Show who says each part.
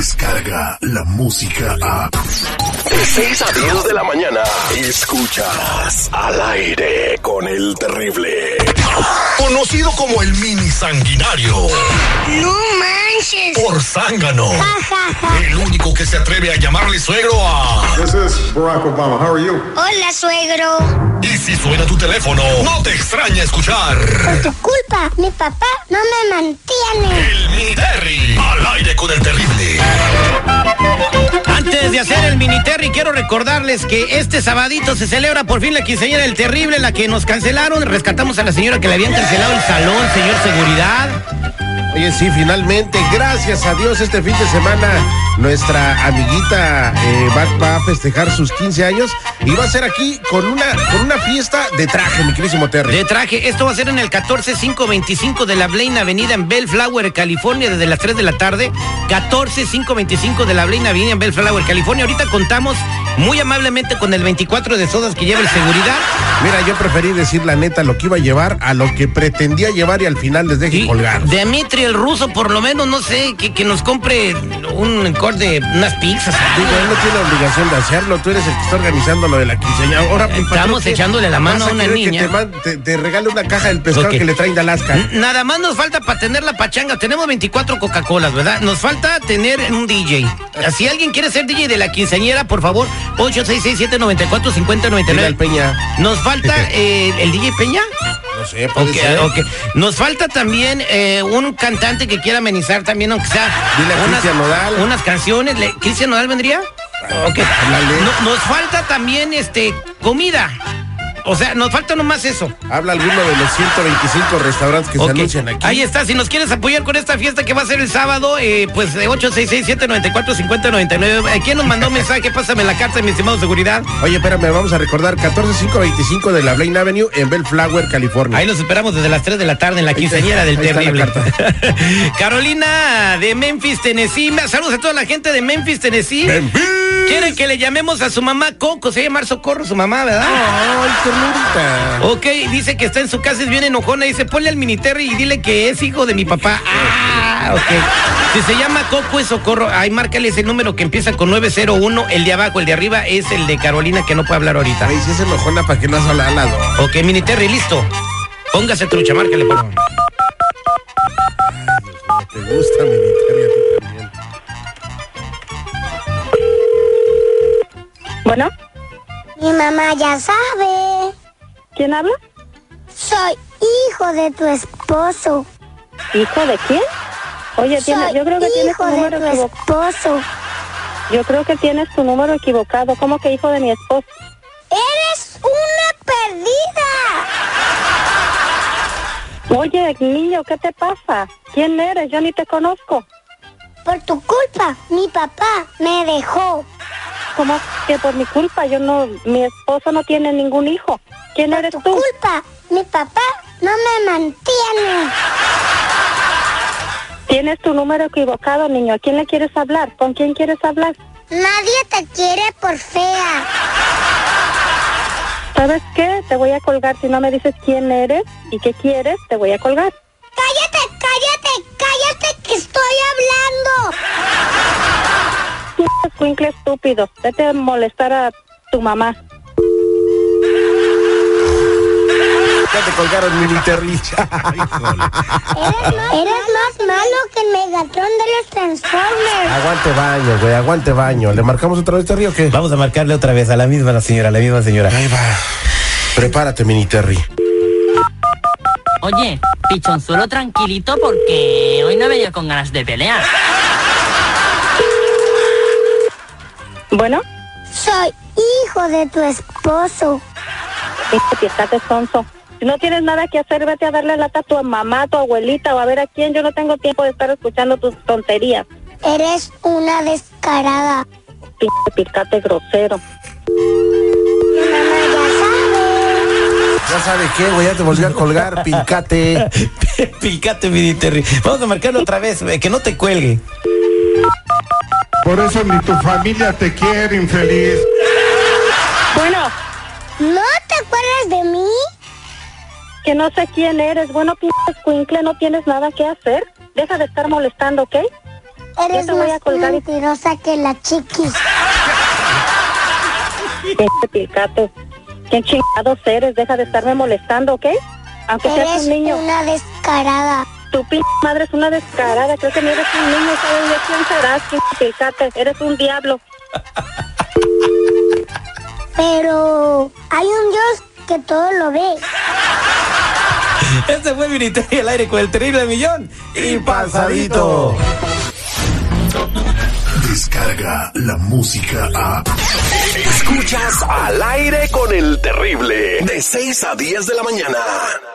Speaker 1: Escucha la música a.
Speaker 2: De 6 a 10 de la mañana. Escuchas al aire con el terrible. Conocido como el mini sanguinario.
Speaker 3: No manches.
Speaker 2: Por zángano. El único que se atreve a llamarle suegro a.
Speaker 4: This is Barack Obama. How are you?
Speaker 3: Hola, suegro.
Speaker 2: Y si suena tu teléfono, no te extraña escuchar.
Speaker 3: Por tu culpa, mi papá no me mantiene.
Speaker 2: El mini Terry. Al aire con el terrible.
Speaker 5: Antes de hacer el mini Terry, quiero recordarles que este sabadito se celebra por fin la quinceañera del terrible, la que nos cancelaron. Rescatamos a la señora que le habían cancelado el salón, señor seguridad.
Speaker 6: Oye, sí, finalmente, gracias a Dios, este fin de semana nuestra amiguita eh, va, va a festejar sus 15 años y va a ser aquí con una, con una fiesta de traje, mi querísimo Terry.
Speaker 5: De traje, esto va a ser en el 14525 de la Blaine Avenida en Bellflower, California, desde las 3 de la tarde. 14525 de la Blaine Avenida en Bellflower, California. Ahorita contamos muy amablemente con el 24 de sodas que lleva el seguridad.
Speaker 6: Mira, yo preferí decir la neta lo que iba a llevar a lo que pretendía llevar y al final les dejé
Speaker 5: Y
Speaker 6: colgar.
Speaker 5: Dimitri el ruso, por lo menos, no sé, que, que nos compre un corte, unas pizzas.
Speaker 6: Digo, él no tiene obligación de hacerlo, tú eres el que está organizando lo de la quinceañera. Ahora, mi
Speaker 5: Estamos
Speaker 6: patrón, ¿qué?
Speaker 5: echándole la mano
Speaker 6: ¿Vas
Speaker 5: a una
Speaker 6: querer
Speaker 5: niña?
Speaker 6: Que te, man- te, te regale una caja del pescado
Speaker 5: Ok. Mm,
Speaker 6: que le traen de Alaska.
Speaker 5: Nada más nos falta para tener la pachanga. Tenemos 24 Coca-Colas, ¿verdad? Nos falta tener un DJ.
Speaker 6: Eh.
Speaker 5: Si alguien quiere ser DJ de la quinceañera, por favor, 8667945099.
Speaker 6: Dile al Peña.
Speaker 5: Nos falta eh, el DJ Peña.
Speaker 6: No sé, puede
Speaker 5: Ok,
Speaker 6: ser.
Speaker 5: ok. Nos falta también eh, un cantante que quiera amenizar también, aunque sea
Speaker 6: Dile a
Speaker 5: unas,
Speaker 6: Cristian Nodal.
Speaker 5: unas canciones. Le- ¿Cristian Nodal vendría? Ok.
Speaker 6: Háblale.
Speaker 5: No- nos falta también este comida. O sea, nos falta nomás eso.
Speaker 6: Habla alguno de los 125 restaurantes que
Speaker 5: Ok,
Speaker 6: se anuncian aquí.
Speaker 5: Ahí está, si nos quieres apoyar con esta fiesta que va a ser el sábado, eh, pues de 866-794-5099. Eh, ¿Quién nos mandó un mensaje? Pásame la carta, mi estimado seguridad.
Speaker 6: Oye, espérame, vamos a recordar 14525 de la Blaine Avenue en Bellflower, California.
Speaker 5: Ahí los esperamos desde las 3 de la tarde en la quinceañera del
Speaker 6: ahí está
Speaker 5: terrible.
Speaker 6: la
Speaker 5: Carolina de Memphis, Tennessee. Me- Saludos a toda la gente de Memphis, Tennessee. Quieren que le llamemos a su mamá Coco. Se va a llamar Socorro su mamá, ¿verdad?
Speaker 6: ¡Ay, ternurita!
Speaker 5: Ok, dice que está en su casa, es bien enojona. Dice, ponle al miniterry y dile que es hijo de mi papá. Ah, ok. Si se llama Coco es Socorro, ahí márcale ese número que empieza con 901. El de abajo, el de arriba es el de Carolina que no puede hablar ahorita.
Speaker 6: Ay, si es enojona, ¿para qué no has hablado?
Speaker 5: Ok, miniterry, listo. Póngase trucha, márcale, por favor.
Speaker 6: Te gusta, mi Terry, a ti también.
Speaker 7: Bueno,
Speaker 3: Mi mamá ya sabe.
Speaker 7: ¿quién habla?
Speaker 3: Soy hijo de tu esposo.
Speaker 7: ¿Hijo de quién? Oye, tiene-
Speaker 3: Soy
Speaker 7: yo creo que tienes tu
Speaker 3: hijo de
Speaker 7: número
Speaker 3: tu
Speaker 7: equivocado.
Speaker 3: esposo.
Speaker 7: Yo creo que tienes tu número equivocado. ¿Cómo que hijo de mi esposo?
Speaker 3: Eres una perdida.
Speaker 7: Oye, niño, ¿qué te pasa? ¿Quién eres? Yo ni te conozco.
Speaker 3: Por tu culpa, mi papá me dejó.
Speaker 7: ¿Cómo que por mi culpa? Yo no, mi esposo no tiene ningún hijo. ¿Quién
Speaker 3: Por
Speaker 7: eres
Speaker 3: tu
Speaker 7: tú?
Speaker 3: culpa, mi papá no me mantiene.
Speaker 7: Tienes tu número equivocado, niño. ¿A quién le quieres hablar? ¿Con quién quieres hablar?
Speaker 3: Nadie te quiere por fea.
Speaker 7: ¿Sabes qué? Te voy a colgar. Si no me dices quién eres y qué quieres, te voy a colgar.
Speaker 3: Cállate, cállate, cállate que estoy hablando.
Speaker 7: Escuincle estúpido. Vete a molestar a tu mamá.
Speaker 6: Ya te colgaron, mi Terry.
Speaker 3: Eres más, malo que el Megatron de los Transformers.
Speaker 6: aguante baño, güey, aguante baño. ¿Le marcamos otra vez, Terry, o qué?
Speaker 5: Vamos a marcarle otra vez a la misma la señora, a la misma señora.
Speaker 6: Ahí va. Prepárate, mini Terry.
Speaker 8: Oye, pichonzuelo tranquilito porque hoy no he venido con ganas de pelear.
Speaker 7: Bueno,
Speaker 3: Soy hijo de tu esposo.
Speaker 7: Dice que estás sonso. Si no tienes nada que hacer, vete a darle lata a tu mamá, a tu abuelita o a ver a quién. Yo no tengo tiempo de estar escuchando tus tonterías.
Speaker 3: Eres una descarada.
Speaker 7: Pinche picate grosero.
Speaker 3: Mi mamá ya sabe.
Speaker 6: Ya sabe qué, güey, ya te volvió a colgar, pincate.
Speaker 5: Picate, miniterry. Vamos a marcarle otra vez, eh, que no te cuelgue.
Speaker 4: Por eso ni tu familia te quiere, infeliz.
Speaker 7: Bueno,
Speaker 3: ¿No te acuerdas de mí?
Speaker 7: que no sé quién eres. Bueno, pinche escuincle, no tienes nada que hacer. Deja de estar molestando, ¿ok?
Speaker 3: Eres
Speaker 7: te voy
Speaker 3: más
Speaker 7: a colgar y-
Speaker 3: mentirosa que la chiquis.
Speaker 7: Este Pilcato. ¿Qué chingados eres? Deja de estarme molestando, ¿ok? Aunque seas
Speaker 3: Eres
Speaker 7: un niño.
Speaker 3: una descarada.
Speaker 7: Tu p madre es una descarada. Creo que ni eres un niño. ¿Sabes de quién serás, pinche Pilcate? Eres un diablo.
Speaker 3: Pero hay un Dios que todo lo ve.
Speaker 5: Este fue Miniteria al aire con el terrible millón. Y
Speaker 6: pasadito.
Speaker 1: Descarga la música a.
Speaker 2: Escuchas al aire con el terrible de 6 a 10 de la mañana.